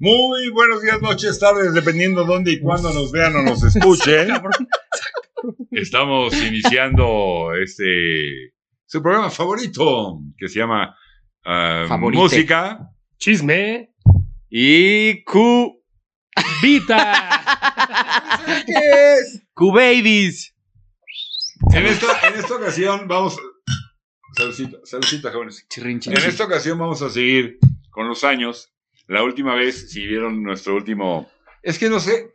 Muy buenos días, noches, tardes, dependiendo dónde y cuándo nos vean o nos escuchen. Estamos iniciando este su programa favorito que se llama ah, Favorite. Música. Chisme. Y Q. Vita. Q Babies. En esta, en esta ocasión vamos. Saludcita, saludcita, jóvenes. Chirrin, chin, En chin. esta ocasión vamos a seguir con los años. La última vez, si vieron nuestro último. Es que no sé.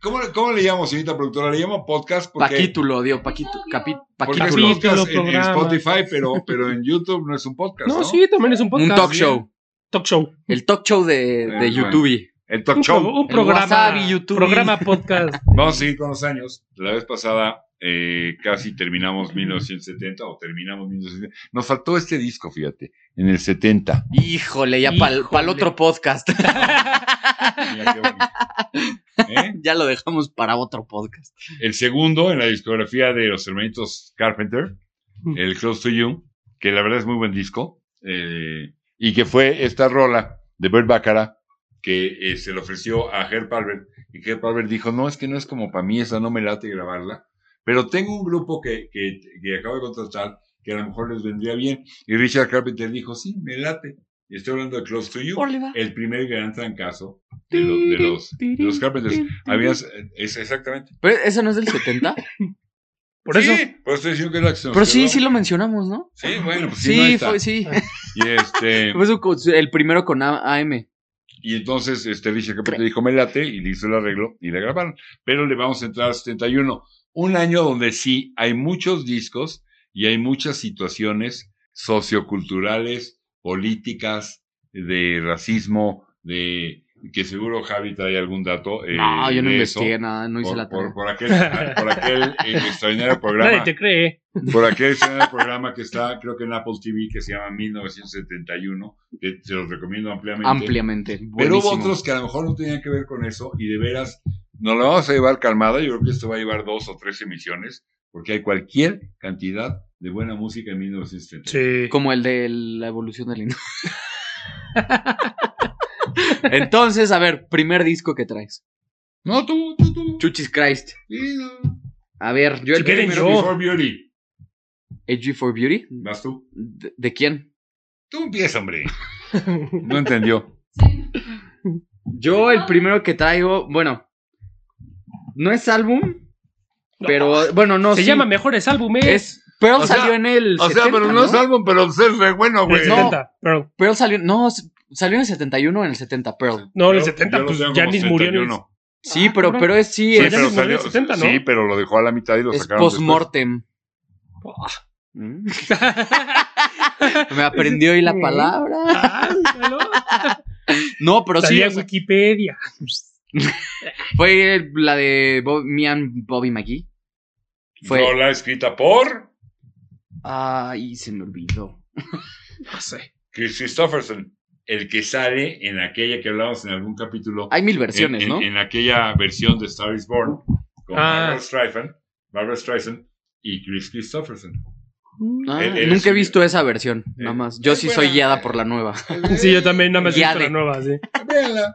¿Cómo, cómo le llamo, señorita productora? Le llamo podcast porque. Paquítulo, dio Paquito. capi- Porque es Paquítulo. Capítulo, podcast en, en programa. Spotify, pero, pero en YouTube no es un podcast. No, No, sí, también es un podcast. Un talk Sí. show. Talk show. El talk show de, Ah, de bueno. YouTube. El talk Un, show. pro- un El programa. Wasabi, YouTube. Programa podcast. Vamos a seguir con los años. La vez pasada eh, casi terminamos 1970 o terminamos 1970. Nos faltó este disco, fíjate, en el 70. Híjole, ya para el Híjole. otro podcast. Mira qué bonito. ¿Eh? ya lo dejamos para otro podcast. El segundo en la discografía de los hermanitos Carpenter, el Close to You, que la verdad es muy buen disco, eh, y que fue esta rola de Bert Baccarat que eh, se le ofreció a Herb Palmer, y Herb Palmer dijo, no, es que no es como para mí, esa no me late grabarla, pero tengo un grupo que, que, que acabo de contratar que a lo mejor les vendría bien, y Richard Carpenter dijo, sí, me late, y estoy hablando de Close to You, Órale, va. el primer gran trancazo de, lo- de los, de los Carpenters. Habías, eh, es exactamente. Pero eso no es del 70. Por Sí, eso. Por eso diciendo que es la que se nos Pero sí, quedó. sí lo mencionamos, ¿no? Sí, bueno, pues sí, no Sí, está. fue, sí. Y, este, Fue su co- el primero con A- AM. y entonces este Richard Carpenter Cre- dijo, me late, y le hizo el arreglo y la grabaron. Pero le vamos a entrar al 71. Un año donde sí hay muchos discos y hay muchas situaciones socioculturales, políticas, de racismo, de que seguro Javi trae algún dato. eh, no, yo no de eso, investigué nada, no hice por, la por- tarea. por aquel, por aquel eh, extraordinario programa. Nadie te cree. Por aquí hay un programa que está, creo que en Apple TV, que se llama 1971. que se los recomiendo ampliamente. Ampliamente. Pero hubo buenísimo. otros que a lo mejor no tenían que ver con eso. Y de veras, nos lo vamos a llevar calmada. Yo creo que esto va a llevar dos o tres emisiones. Porque hay cualquier cantidad de buena música en 1971. Sí. Como el de la evolución del himno. Entonces, a ver, primer disco que traes. No, tú, tú, tú. Chuchis Christ. Sí, no. A ver, yo Si el quieren, Primero, yo. Before Beauty. HG for Beauty. Vas tú. ¿De, de quién? Tú empieza, hombre. No entendió. Yo el primero que traigo, bueno, no es álbum, pero bueno, no Se sí, llama Mejores Álbumes. es Pearl O sea, salió en el O 70, sea, pero no, ¿no? es álbum, pero es re bueno, del güey. No. 70. Pero, Pearl salió, no, s- salió en el 71 o en el 70 Pearl. no, en el Yo- 70, yo lo pues tengo como Janis murió en el. 71. Sí, Ah, pero cabrón. pero es sí, Sí, Pero es, ya pero se murió en salió- 70, ¿no? sí, pero lo dejó a la mitad y lo es sacaron. después. postmortem. Mm. Me aprendió hoy la palabra. Ay, ¿no? No, pero sí, Salía o en sea, Wikipedia. fue la de Bob, me and Bobby McGee. Fue- Rola escrita por Ay, se me olvidó. Ah, No sé. Chris Christopherson, el que sale en aquella que hablamos en algún capítulo. Hay mil en, versiones, en- ¿no? en aquella versión de Star is Born con Ah. Barbara Streisand, Barbara Streisand y Chris Christopherson. Ah, Él- él nunca he escribió. visto esa versión, nada Eh, más. Yo es sí buena. soy guiada por la nueva. Sí, yo también nada más he Ya visto de- la nueva, sí. Véanla.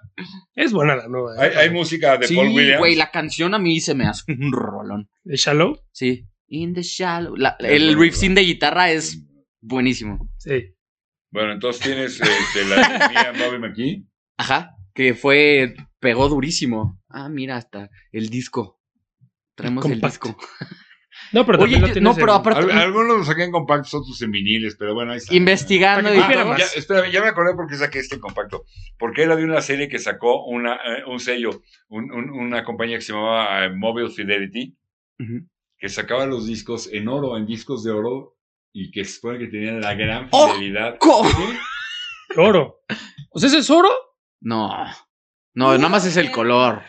Es buena la nueva. ¿eh? Hay, hay música de sí, Paul Williams. güey, la canción a mí se me hace un rolón. ¿De Shallow? Sí. In the shallow. La- Es el buena, riff ¿verdad? sin de guitarra es buenísimo. Sí. Bueno, entonces tienes este, la de Mia Bobby McKee. Ajá. Que fue. pegó durísimo. Ah, mira, hasta el disco. Traemos el Compact. disco. No, pero Oye, también yo- lo no, tienes pero en- aparte. Al- algunos los saqué en compactos, otros en viniles, pero bueno, ahí está. investigando Para y que Ah, supiera todo. más. ya, espérame, ya me acordé por qué saqué este compacto. Porque era de una serie que sacó una, eh, un sello, un- un- una compañía que se llamaba eh, Mobile Fidelity, Ujú. que sacaba los discos en oro, en discos de oro, y que se supone que tenían la gran ¡Oh! fidelidad. Co- Sí, Oro. O sea, ¿ese es oro? No. No, nada más es el color.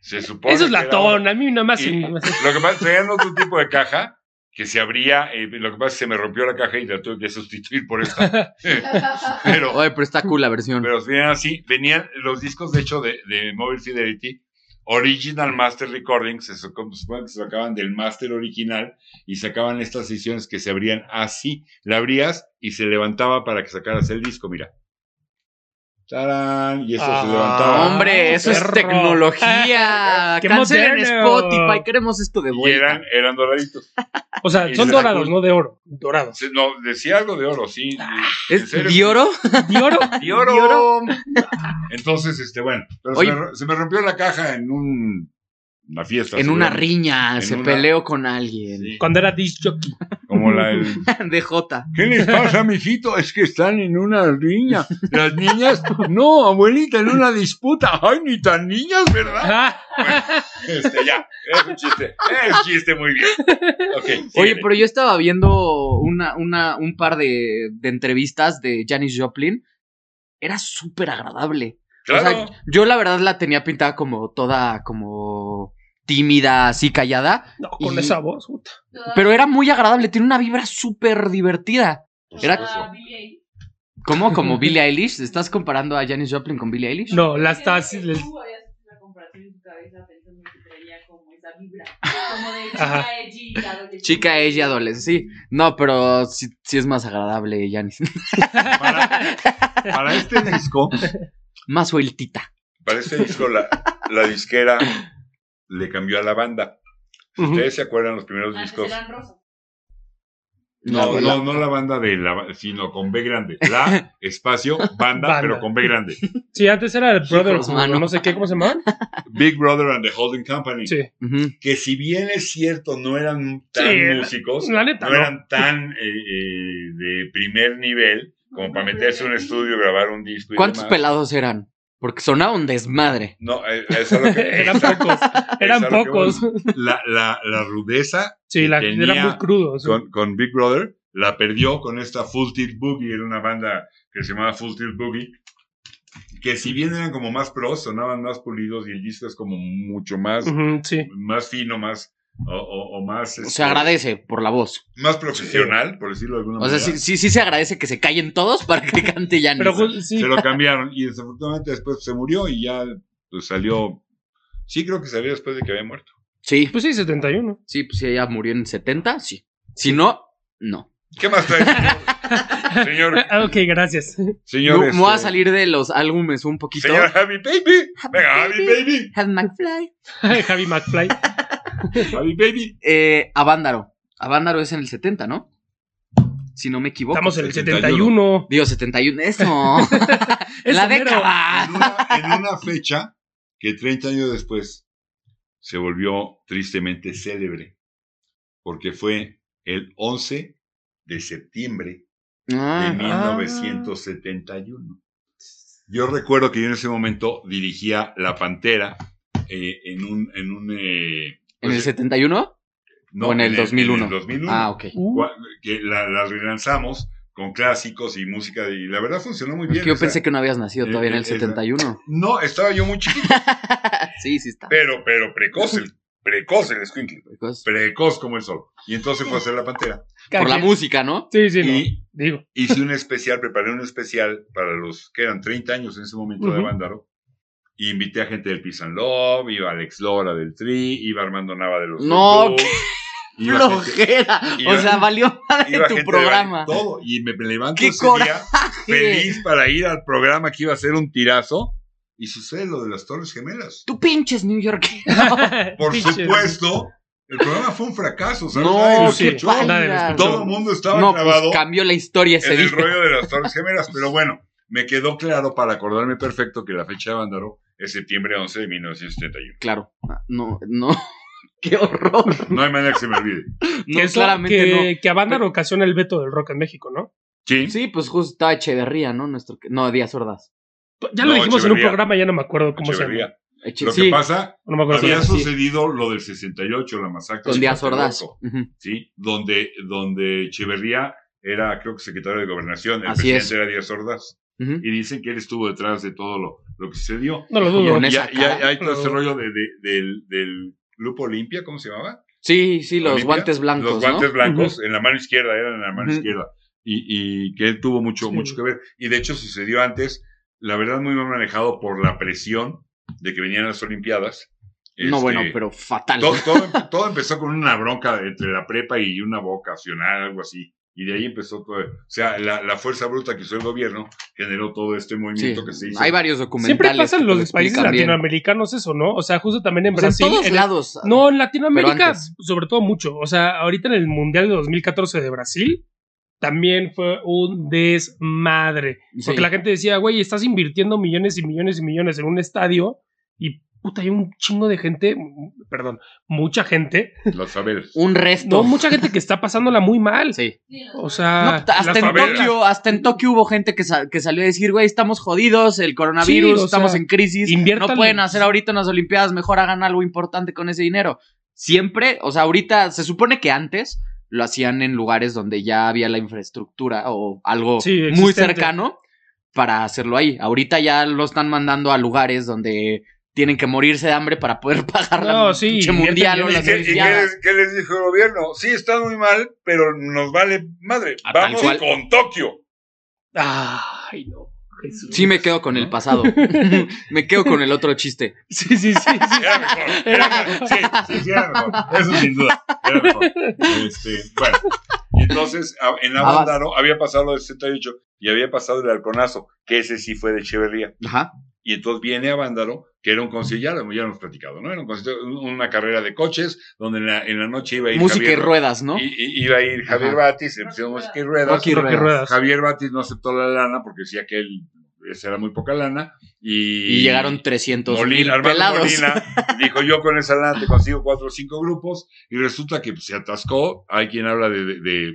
Se supone Eso es que la era oro. tona. A mí nada más. Y- se- Lo que pasa, traían otro tipo de caja que se abría, eh, lo que pasa es que se me rompió la caja y la tuve que sustituir por esta. pero, Oye, pero está cool la versión. Pero venían así, venían los discos, de hecho, de, de Mobile Fidelity, Original Master Recordings, eso como supongo que se sacaban del master original y sacaban estas sesiones que se abrían así, la abrías y se levantaba para que sacaras el disco, mira. Tarán, y eso Ah, se levantaba. Hombre, eso perro. es tecnología. Qué Cancelen moderno. Spotify, queremos esto de Y vuelta. eran, eran doraditos. O sea, Y son se dorados, sacó- no de oro. Dorados. Se- No, decía algo de oro, sí. ¿En Ah, ¿Es serio? Dioro? ¿De oro? Y oro. ¿Y oro? Entonces, este, bueno, pero se Oye. me, ro- se me rompió la caja en un, una fiesta. En una seguramente. riña, En se una- peleó con alguien. Sí, Cuando era disc jockey. como la del- De J. ¿Qué les pasa, mijito? Es que están en una riña. Las niñas, no, abuelita, en una disputa. Ay, ni tan niñas, ¿verdad? Ah, Este, ya, es un chiste. Es un chiste muy bien. Ok, Oye, síguele. pero yo estaba viendo una, una, un par de, de entrevistas de Janis Joplin. Era súper agradable. Claro. o Yo la verdad la tenía pintada como toda como tímida, así callada. no, con Y- esa voz. puta. Pero era muy agradable, tiene una vibra súper divertida. Pues Por era- supuesto. ¿Cómo? ¿Como Billie Eilish? ¿Estás comparando a Janis Joplin con Billie Eilish? No, las tazas. les- Tú habías hecho una comparación en tu cabeza pensando que traía como esa vibra. Como de Ajá. chica edgy, adolescente. Chica, ella, adolescente. Sí, Ah, no, pero sí, sí es más agradable, Janis. Para, para este disco, más sueltita. para este disco, la, la disquera le cambió a la banda. Si Ujú. ustedes se acuerdan los primeros Antes discos. eran rosas. No, la- no, no la banda de la, sino con B grande. La, espacio, banda, Banda. pero con B grande. Sí, antes era el brother. Hijos, mano. No sé qué, ¿cómo se llamaban? Big Brother and the Holding Company. Sí. Ujú. Que si bien es cierto, no eran tan Sí, la- músicos, La neta, Pues, no no. eran tan eh, eh, de primer nivel como para meterse en un estudio, grabar un disco. Y ¿Cuántos demás. pelados eran? Porque sonaba un desmadre. No, eh, eso es lo que- Eran exacto. pocos. Eran Exacto, qué pocos. La, la, la rudeza Sí, la, Tenía- eran muy crudos. con, con Big Brother, la perdió con esta Full Tilt Boogie, era una banda que se llamaba Full Tilt Boogie, que si bien eran como más pros, sonaban más pulidos y el disco es como mucho más, Ujú, sí. más fino, más, o, o- o más, este, Se agradece por la voz. más profesional, por decirlo de alguna O sea, manera. sí, sí, sí se agradece que se callen todos para que cante Janis. Pero ju- sí. Se lo cambiaron y desafortunadamente después se murió y ya pues, salió, sí creo que salió después de que había muerto. Sí, Pues sí, 71. sí, pues si ella murió en 70, sí. Si no, no. ¿Qué más trae, señor? señor, Ah, ok, gracias. señor, Me- me voy a este, salir de los álbumes un poquito. Señor Happy Baby, venga, Happy Baby, Had McFly. Javi McFly. Happy Baby. Eh, Avándaro. Avándaro es en el 70, ¿no? Si no me equivoco. Estamos en el 71. 71. Digo, 71. Eso. Eso la mero. en, década. una, en una fecha que 30 años después se volvió tristemente célebre, porque fue el 11 de septiembre de Ah, 1971. Yo recuerdo que yo en ese momento dirigía La Pantera eh, en un... En, un, eh, ¿En pues, el 71? no, o en el 2001? en el 2001. Ah, ok. Uh, cua- que la, la relanzamos con clásicos y música, y la verdad funcionó muy Es bien. que yo o sea, pensé que no habías nacido eh, todavía en eh, el esa. 71. No, estaba yo muy chiquito. Sí, sí está. Pero, pero precoz, el, precoz el escuincle. Because- Precoz como el sol. Y entonces fue a hacer la pantera. Por la cague. música, ¿no? Sí, sí, no, Y digo. hice un especial, preparé un especial para los que eran 30 años en ese momento de Ujú. Bándaro. Y invité a gente del Peace and Love, iba Alex Lora del Tri, iba Armando Nava de los No, Tutus, iba gente- Flojera. iba- O sea, valió madre iba gente de tu programa. varios- todo. Y me levanto ¡Qué ese día feliz para ir al programa que iba a ser un tirazo. Y sucede lo de las Torres Gemelas. Tú pinches New York. Por Pinche. supuesto, el programa fue un fracaso. ¿sabes? Nadie No, lo sí, qué escuchó. pasa? Nadie lo pálida. escuchó. Todo el mundo estaba No, pues clavado cambió la historia ese en el día. rollo de las Torres Gemelas, pero bueno, me quedó claro para acordarme perfecto que la fecha de Bándaro es septiembre 11 de 1971. Claro. No, no. Qué horror. No hay manera que se me olvide. No, que es la- claramente que, que a Bandar ocasiona el veto del rock en México, ¿no? Sí, no. Sí, pues justo estaba Echeverría, ¿no? Nuestro... No, Díaz Ordaz. Ya lo No, dijimos en un Echeverría. programa, ya no me acuerdo cómo se llama. Echeverría. Eche- Lo sí, que pasa, No me acuerdo. había sí. sucedido lo del 68, la masacre. con de Díaz Ordaz. Tlatelolco, Ujú. Sí, donde, donde Echeverría era, creo que secretario de Gobernación, el Así presidente es. era Díaz Ordaz. Ujú. Y dicen que él estuvo detrás de todo lo, lo que sucedió. No lo Y dudo. Con Y, esa y hay, cara. hay todo ese rollo de- de- del, del Grupo Olimpia, ¿cómo se llamaba? Sí, sí, los Olimpia, guantes blancos, Los guantes ¿no? blancos en la mano izquierda, eran en la mano Ujú. izquierda. Y, y que él tuvo mucho, Sí. mucho que ver. Y de hecho sucedió antes, la verdad, muy mal manejado por la presión de que venían las Olimpiadas. No, Este, bueno, pero fatal. to- Todo, todo empezó con una bronca entre la prepa y una vocacional, algo así. y de ahí empezó todo. O sea, la, la fuerza bruta que hizo el gobierno generó todo este Sí. movimiento que se hizo. Hay varios documentales. Siempre pasa en que los países explican bien. latinoamericanos eso, ¿no? O sea, justo también en O sea, en Brasil. todos en- lados. No, en Latinoamérica, antes. sobre todo mucho. O sea, ahorita en el Mundial de 2014 de Brasil, también fue un desmadre. Sí. Porque la gente decía, güey, estás invirtiendo millones y millones y millones en un estadio y puta, hay un chingo de gente, m- perdón, mucha gente. Las favelas. Un resto. No, mucha gente que está pasándola muy mal. Sí. O No, sea, hasta, las en favelas. Tokio, hasta en Tokio hubo gente que, sa- que salió a decir, güey, estamos jodidos, el coronavirus, Sí, o sea, estamos en crisis, inviértanle. no pueden hacer ahorita unas Olimpiadas, mejor hagan algo importante con ese dinero. Siempre, o sea, ahorita se supone que antes lo hacían en lugares donde ya había la infraestructura o algo Sí, muy existente. cercano para hacerlo ahí. Ahorita ya lo están mandando a lugares donde tienen que morirse de hambre para poder pagar No, la sí, pinche invierten mundial bien o en ¿Y las qué, y qué Olimpiadas. les, qué les dijo el gobierno? Sí, está muy mal, pero nos vale madre. Ah, tal Vamos cual. con Tokio. Ay, no. Jesús. Sí, me quedo con el pasado. me quedo con el otro chiste. Sí, sí, sí. sí. Era mejor. Era mejor. Sí, sí, sí, era mejor. Eso sin duda. Era mejor. Este, bueno, y entonces a- en Avanza. Abandaro había pasado lo del 78 y había pasado el halconazo, que ese sí fue de Echeverría. Ajá. Y entonces viene Avándaro, que era un concierto, ya lo ya lo hemos platicado, ¿no? Era un concierto, un- una carrera de coches, donde en la, en la noche iba a ir Música Javier, y ruedas, ¿no? i- i- iba a ir Javier Ajá. Batis, le pusieron música y ruedas. Rocky Rocky Ruedas. Ruedas. Javier Batis no aceptó la lana porque decía que él esa era muy poca lana. Y, Y llegaron 300 mil Molina, Armando pelados. Molina dijo yo con esa lana te consigo cuatro o cinco grupos y resulta que pues, se atascó. Hay quien habla de, de, de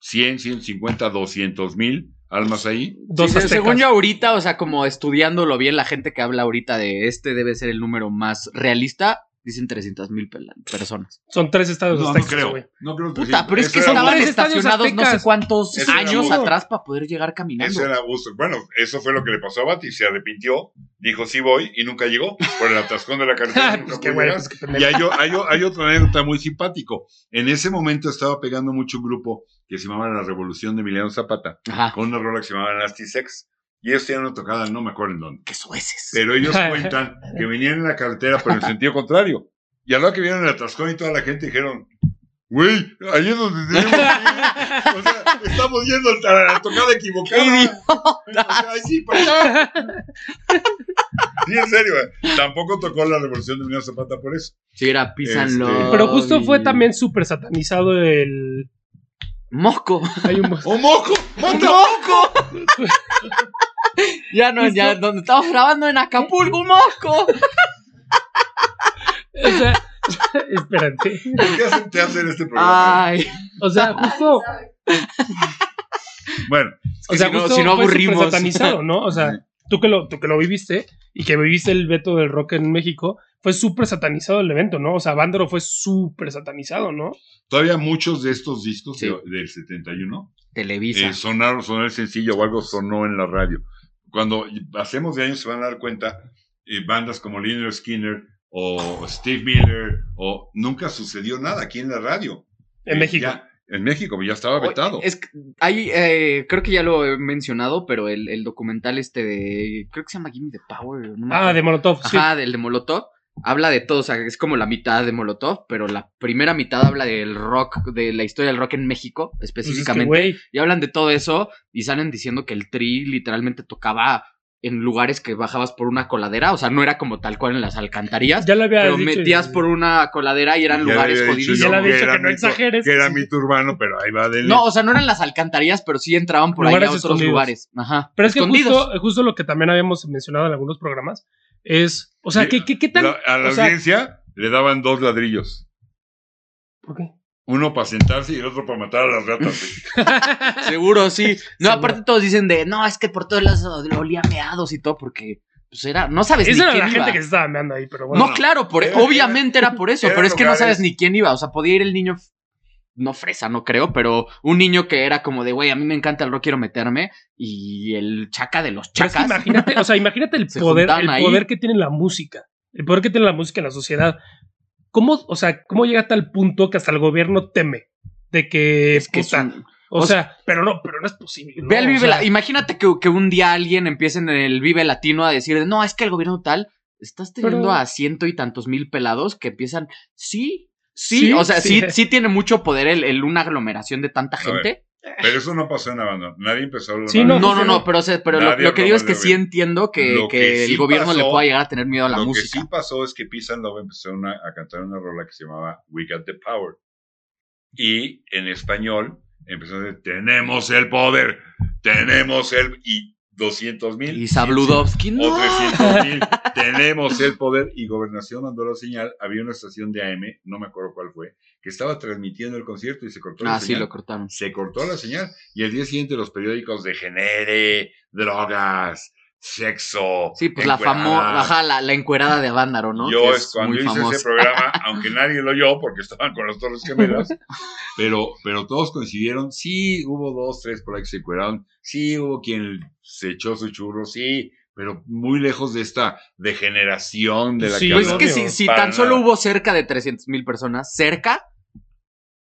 100, 150, 200 mil almas ahí. Dos Sí, aztecas. según yo ahorita, o sea, como estudiándolo bien, la gente que habla ahorita de este debe ser el número más realista, dicen 300 mil personas. Son tres estados No, no aztecas, creo. güey. No creo que Puta, Pues sí. pero es Eso que era estaban abuso, estaban varios estadios estacionados no sé aztecas. cuántos Eso era años abuso. atrás para poder llegar caminando. Eso era abuso. Bueno, eso fue lo que le pasó a Bati. Se arrepintió, dijo sí voy y nunca llegó por el atascón de la carretera. Ah, nunca pues pudo qué bueno, llegar. es que Y pendejo. hay, o- hay o- hay otra anécdota muy simpático. En ese momento estaba pegando mucho un grupo que se llamaba La Revolución de Emiliano Zapata, Ajá. con una rola que se llamaba Nasty Sex. Y ellos tenían una tocada, no me acuerdo en dónde. Qué sueces. Pero ellos cuentan que venían en la carretera por el sentido contrario. Y a lo que vieron el atascón y toda la gente dijeron, güey, ahí es donde tenemos que ir. O sea, estamos yendo a la- a la tocada equivocada. ¡Qué O sea, ahí sí, para allá. Sí, en serio, eh. tampoco tocó la revolución de Unión Zapata por eso. Sí, era písanlo. Este- Pero justo fue también súper satanizado el. Mosco. Hay un. ¡Oh, moco! ¡Mosco! ya no, ya, donde estamos grabando en Acapulco, un mosco. O sea, espérate. ¿Por qué hacen- te hacen este programa? Ay. O sea, justo. Bueno, O que sea, si no- justo pues, si no fue aburrimos. súper satanizado, ¿no? O sea, tú que, lo, tú que lo viviste y que viviste el veto del rock en México, fue súper satanizado el evento, ¿no? O sea, Vándaro fue súper satanizado, ¿no? todavía muchos de estos discos Sí. de- del 71 Televisa. eh, sonaron, sonó el sencillo o algo sonó en la radio. Cuando hacemos de años se van a dar cuenta, eh, bandas como Leonard Skinner o Steve Miller, o nunca sucedió nada aquí en la radio. En Eh, México. ya- en México, ya estaba Oye, vetado. Es, que hay, eh, creo que ya lo he mencionado, pero el, el documental este de. Creo que se llama Gimme the Power. no me Ah, acuerdo. de Molotov, sí. Ajá, del de Molotov. Habla de todo, o sea, es como la mitad de Molotov, pero la primera mitad habla del rock, de la historia del rock en México, Pues es que, específicamente. güey, y hablan de todo eso y salen diciendo que el tri literalmente tocaba en lugares que bajabas por una coladera, o sea, no era como tal cual en las alcantarillas, ya lo había pero dicho y- metías por una coladera y eran Ya lugares había dicho jodidos. Y ya yo le había que dicho era que no mito- exagères. Que era mito urbano, pero ahí va del. No, o sea, no eran las alcantarillas, pero sí entraban por ahí a Lugares otros escondidos. lugares. Ajá. Pero es que escondidos. justo, justo lo que también habíamos mencionado en algunos programas es. O sea, ¿qué, qué, qué tan. La- a la o sea- audiencia le daban dos ladrillos. ¿Por qué? Uno para sentarse y el otro para matar a las ratas. Seguro, sí. No, Seguro. aparte todos dicen de, no, es que por todos lados lo olía a meados y todo, porque pues era, no sabes ni Esa era quién la iba. gente que se estaba meando ahí, pero bueno. No, claro, por, Era- obviamente era por eso, eran pero es que no lugares- sabes ni quién iba. O sea, podía ir el niño, no fresa, no creo, pero un niño que era como de, güey, a mí me encanta el rock, quiero meterme, y el chaca de los Pero es que chacas. imagínate, o sea, imagínate el Se poder, juntaban el ahí. poder que tiene la música, el poder que tiene la música en la sociedad. ¿Cómo, o sea, cómo llega a tal punto que hasta el gobierno teme de que, Es que es puta, un- o, o sea, pero no, pero no es posible. ¿no? Ve al O Vive sea, La- Imagínate que, que un día alguien empiece en el Vive Latino a decir, no, es que el gobierno tal, estás teniendo Pero- a ciento y tantos mil pelados que empiezan, sí, sí, Sí, o sea, sí, sí. sí tiene mucho poder el, el una aglomeración de tanta A ver. gente. Pero eso no pasó en Abandon. Nadie empezó a hablar Sí, de No, Abandon. no, no, no. pero, se- pero lo, Nadie lo que digo es hablaba que de sí Abel. entiendo que, Lo que que sí el gobierno le pasó- pueda llegar a tener miedo a la Lo música. que sí pasó es que Peace and Love empezó una- a cantar una rola que se llamaba We Got the Power. Y en español empezó a decir, tenemos el poder, tenemos el... Y 200 mil. Y Sabludovsky, no. O 300 mil. Tenemos el poder y Gobernación mandó la señal. Había una estación de AM, no me acuerdo cuál fue, que estaba transmitiendo el concierto y se cortó la Ah, sí, señal. lo cortaron. Se cortó la señal y el día siguiente los periódicos de genere, drogas, sexo. Sí, pues la famosa, encueradas. ajá, la, la encuerada de Avándaro, ¿no? Yo Que es cuando hice ese programa, aunque nadie lo oyó porque estaban con las Torres Gemelas, pero, pero todos coincidieron. Sí, hubo dos, tres por ahí que se encueraron. Sí, hubo quien se echó su churro, sí, pero muy lejos de esta degeneración de la Sí, que Pues es hablan. que Obvio. si, si Para tan solo nada. hubo cerca de 300 mil personas, cerca,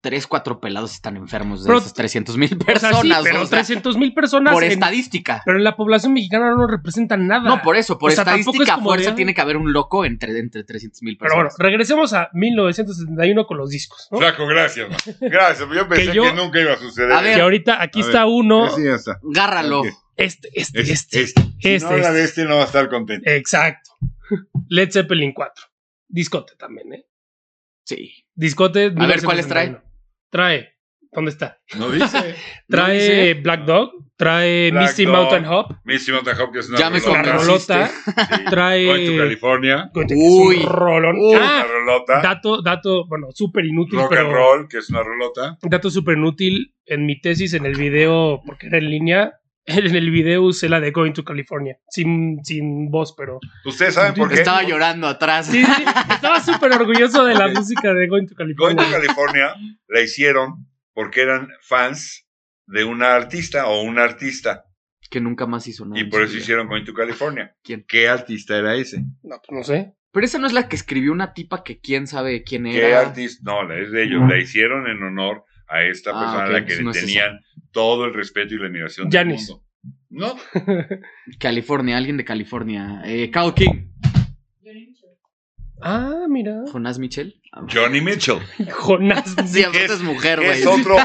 3, 4 pelados están enfermos de Pero- esas 300 mil O sea, personas. sí, pero o sea, 300 mil personas. por en- estadística. pero en la población mexicana no nos representa nada. No, por eso, por O sea, tampoco es estadística, a como fuerza de- tiene que haber un loco entre, entre 300 mil Pero bueno, personas. regresemos a 1971 con los discos. ¿no? Oh. Flaco, gracias. man. Gracias, yo pensé que, yo- nunca iba a suceder. A ver, Que ahorita aquí A ver, está uno. Sí, ya está. Gárralo. Ok. Este, Este, este, este. este. Si este, no habla de este. este, no va a estar contento. Exacto. Led Zeppelin 4. Discote también, ¿eh? Sí. Discote. A ver, ¿cuáles 1971. Trae. ¿Dónde está? No dice. Trae ¿No dice? Black Dog. Trae Black Misty Dog. Mountain Hop. Missy Mountain Hopkins, una Ya me rolota. La Contra- rolota. Sí. Going to Trae. California. Coño, que es un Uy. rolón. Uy. Una Ah, rolota. dato, dato, bueno, súper inútil, Rock pero. and Roll, que es una rolota. Dato súper inútil. En mi tesis, en el video, porque era en línea, en el video usé la de Going to California. Sin, sin voz, pero. ¿Ustedes saben por qué? Estaba llorando atrás. Sí, sí, estaba súper orgulloso de la música de Going to Going California. to California la hicieron porque eran fans de una artista o un artista. Que nunca más hizo nada. Y en por su eso vida. hicieron Going to California. Mm, ¿Quién? ¿Qué artista era ese? No, pues no sé. Pero esa no es la que escribió una tipa que quién sabe quién ¿Qué era. artista? No, la es de ellos. La hicieron en honor a esta Mm. Ah, persona ok, a la que pues le no es esa. tenían todo el respeto y la admiración del Janis. mundo. No, California, alguien de California. Eh, Kao King. Johnny Mitchell. Ah, mira. Jonás Michel. Ah, Johnny Mitchell. Jonás. Sí, aparte Es- es mujer, que güey. es otro,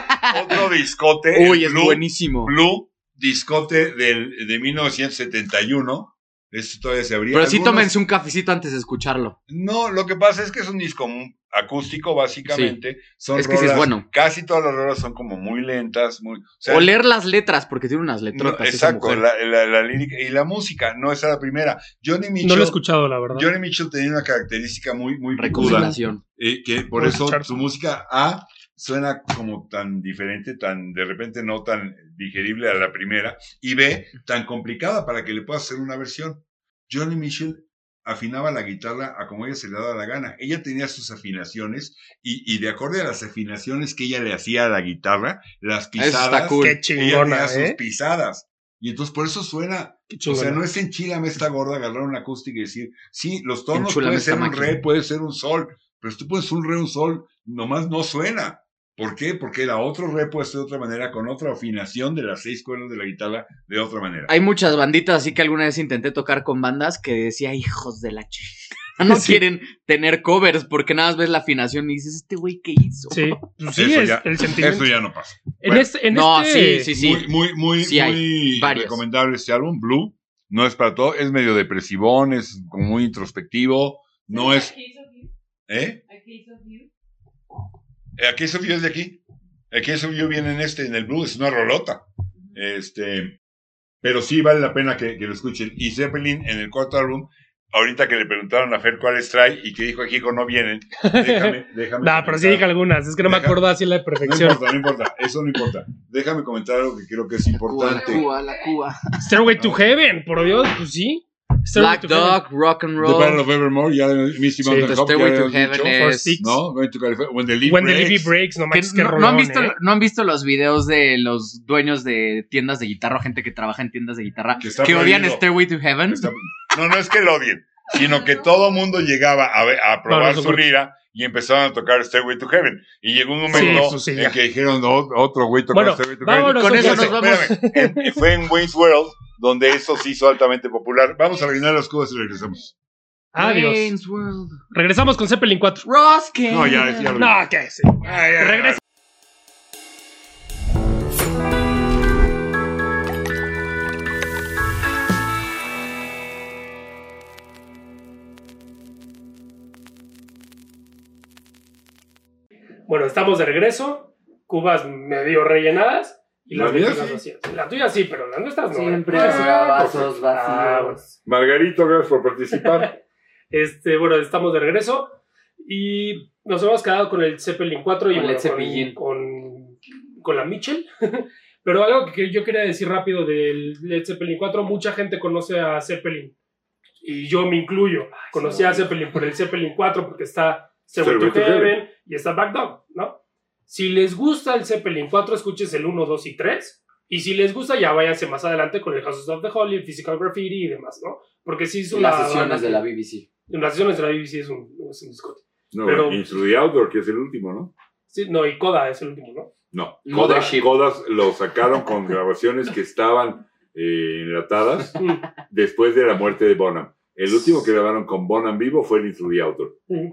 otro discote. Uy, el es Blue- buenísimo. Blue, discote del, de 1971. Esto todavía se abría. Pero sí Algunos- tómense un cafecito antes de escucharlo. No, lo que pasa es que es un disco mu- acústico, básicamente. Son Es que sí es rolas- bueno. Casi todas las rolas son como muy lentas, muy. O sea, o leer las letras, porque tiene unas no, letrotas. esa exacto, mujer. la, la- la lírica y la música, no esa es la primera. Johnny Mitchell. No lo he escuchado, la verdad. Johnny Mitchell tenía una característica muy, muy picuda, Recomendación. eh, que por Vamos a eso escuchar. su música A suena como tan diferente, tan de repente no tan digerible a la primera, y B tan complicada para que le puedas hacer una versión. Johnny Mitchell afinaba la guitarra a como ella se le daba la gana. Ella tenía sus afinaciones y, y de acorde a las afinaciones que ella le hacía a la guitarra, las Eso pisadas, está cool. Qué ella tenía chingona, sus ¿eh? pisadas. Y entonces por eso suena Qué o chingona. sea, no es enchilame esta gorda, agarrar una acústica y decir, sí, los tonos Enchúlame puede esta ser un máquina. re, puede ser un sol, pero si tú pones un re, un sol, nomás no suena. ¿Por qué? Porque la otro re puede ser de otra manera, con otra afinación de las seis cuerdas de la guitarra de otra manera. Hay muchas banditas, así que alguna vez intenté tocar con bandas que decía, hijos de la chingada. No Sí. quieren tener covers porque nada más ves la afinación y dices, este güey, ¿qué hizo? Sí, pues sí, Eso es ya- el Eso sentimiento. ya no pasa. En Bueno. este, en No, este- sí, sí, sí. Muy, muy, muy, Sí hay, muy varios. recomendable este álbum, Blue. No es para todo, es medio depresivón, es como muy introspectivo, no ¿A es... Case of You? ¿Eh? ¿A Case of You? Aquí eso es de aquí. Aquí eso yo viene en este, en el Blue, es una rolota. Este, pero sí vale la pena que, que lo escuchen. Y Zeppelin en el cuarto álbum, ahorita que le preguntaron a Fer cuáles trae y que dijo Hijo no vienen, déjame, déjame. No, pero sí dije comentar. algunas. Es que no me Deja- acuerdo así la No perfección. importa, no importa, eso no importa. Déjame comentar algo que creo que es Cuba, la importante. Cuba, la Cuba. Stairway to No. Heaven, por Dios, pues sí. Stairway Black to Heaven. Dog, Rock and The Battle Roll. of Evermore, ya Misty Sí, Mountain The Hope, ya pues, Stairway to habíamos dicho. Heaven es- Six. No, Going to California. When the Leaf When the Breaks. Libby Breaks, no que manches, qué no, rolón. no han visto, ¿eh? ¿No han visto los videos de los dueños de tiendas de guitarra o gente que trabaja en tiendas de guitarra Que que, este- está odian prohibido. Stairway to Heaven? Está- No, no es que lo odien, sino que todo Ah, mundo llegaba a, ver- a probar no, su lira y empezaban a tocar Stairway to Heaven. Y llegó un momento pues sí, ya. en que dijeron "No, otro güey tocó Bueno, Stairway to vámonos, Con Heaven. eso Entonces, nos vamos. espérame, en- fue en Wayne's World donde eso se hizo altamente popular. Vamos a rellenar las cubas y regresamos. Ah, Adiós. Wayne's World. Regresamos con Zeppelin 4. Roskin. No, ya, ya. No, qué sí. Ah, ya, ya. Regresa. Bueno, estamos de regreso, cubas medio rellenadas y las Las mías mías sí. vacías. Las tuyas sí, pero las nuestras no. Siempre Ah, habrá por vasos Ah, bueno. vacíos. Margarito, gracias por participar. Este, bueno, estamos de regreso y nos hemos quedado con el Zeppelin 4 y Con el bueno, Cepillín. con, con la Mitchell. Pero algo que yo quería decir rápido del Led Zeppelin 4, mucha gente conoce a Zeppelin y yo me incluyo. Ah, Conocí a Zeppelin por el Zeppelin 4 porque está Stairway to Stairway to Heaven y está Back Dog, ¿no? Si les gusta el Zeppelin 4, escuches el 1, 2 y 3. Y si les gusta, ya váyanse más adelante con el Houses of the Holy, Physical Graffiti y demás, ¿no? Porque sí es Y una Las sesiones banda de la BBC. en las sesiones de la BBC es un, es un discote. No, Pero- Into the Outdoor, que es el último, ¿no? Sí, no, y Coda es el último, ¿no? No, Coda, Mothership. Codas lo sacaron con grabaciones que estaban eh, enlatadas Mm. después de la muerte de Bonham. El último que grabaron con Bonham vivo fue el Into the Outdoor. Mm.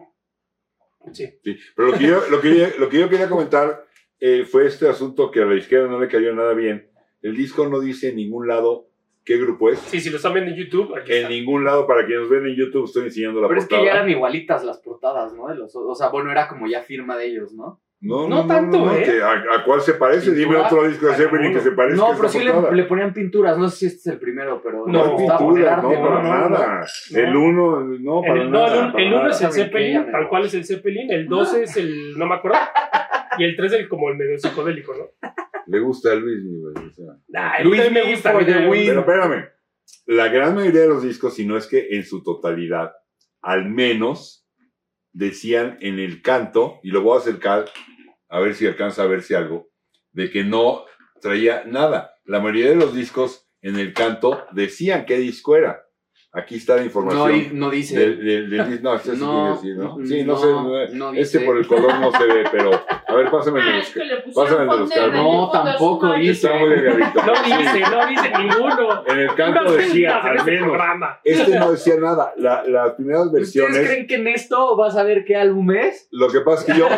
Sí. Sí, pero lo que yo, lo que yo- lo que yo quería comentar eh, fue este asunto que a la izquierda no le cayó nada bien. El disco no dice en ningún lado qué grupo es. sí, si lo están viendo en YouTube, aquí En está. ningún lado, para quienes nos ven en YouTube, estoy enseñando la Pero es que ya portada. eran igualitas las portadas, ¿no? De los- o sea, bueno, era como ya firma de ellos, ¿no? no, no tanto, ¿eh? que a, a cuál se parece? Dime Pintura, otro disco de Zeppelin que se parezca No, a pero esa sí le, portada. le ponían pinturas. No sé si este es el primero, pero No, les No, gustaba poner pintura, no, arte, para ¿no? nada. no. El uno, no, para El- no, nada. el un- para el 1 nada. es el Saben que ya Zeppelin, me tal voy. cual es el Zeppelin, el 12 es el, no me acuerdo, y el 3 es el, como el medio psicodélico, ¿no? Le gusta a Luis, mi güey, o sea. Nah, Luis también me gusta, for the también me win. Pero espérame, la gran mayoría de los discos, si no es que en su totalidad, al menos decían en el canto, y lo voy a acercar a ver si alcanza a verse algo, de que no traía nada. La mayoría de los discos en el canto decían qué disco era. Aquí está la No, y- información. no dice. del- del- del disco. no, este sí No, quiere decir, ¿no? Sí, no, no, sé, no, no este dice. por el color no se ve, pero a ver, pásame el Ah, disco. es que le pusieron Pásame el de los fondo de carros. No, fondo de tampoco azul. dice. Está muy delgadito. No dice, no dice ninguno. En el Unas canto decía, ventas en al este menos. programa. Este no decía nada. La- las primeras ¿Ustedes versiones, creen que en esto vas a ver qué álbum es? lo que pasa es que yo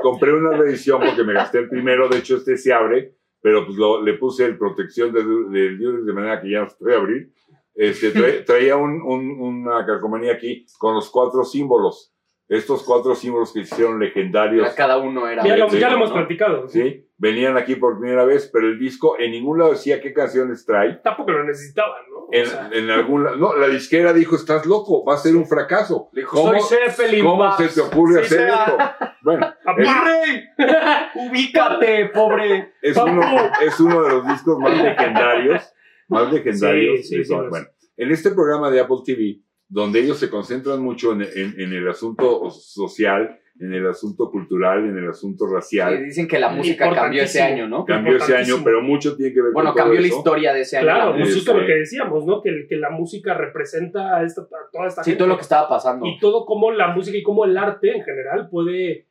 compré una reedición porque me gasté el primero. De hecho, este se abre, pero pues lo- le puse el protección de, du- de Durex de manera que ya no se puede abrir. Este, tra- traía un- un- una calcomanía aquí con los cuatro símbolos. Estos cuatro símbolos que hicieron legendarios. A cada uno era. Ya lo, Sí, ya lo hemos ¿no? platicado. ¿sí? Venían aquí por primera vez, pero el disco en ningún lado decía qué canciones trae. Tampoco lo necesitaban, ¿no? O en, sea, en algún la- no la disquera dijo estás loco va a ser un fracaso Dijo, cómo, soy Zeppelin. cómo Max. se te ocurre Sí hacer será. esto bueno aparte, ¡Mi rey! ¡Ubícate, pobre! es uno es uno de los discos más legendarios más legendarios Sí, sí, de sí, Tom. lo es. bueno en este programa de Apple TV donde ellos se concentran mucho en, en- en el asunto social en el asunto cultural en el asunto Sí, racial dicen que la música cambió ese año, ¿no? cambió ese año importantísimo. pero mucho tiene que ver Bueno, con todo cambió la eso. historia de ese año. claro, la pues Sí, música. justo sí. lo que decíamos, ¿no? Que, que la música representa a, esta, a toda esta Sí, gente. todo lo que estaba pasando. y todo cómo la música y cómo el arte en general puede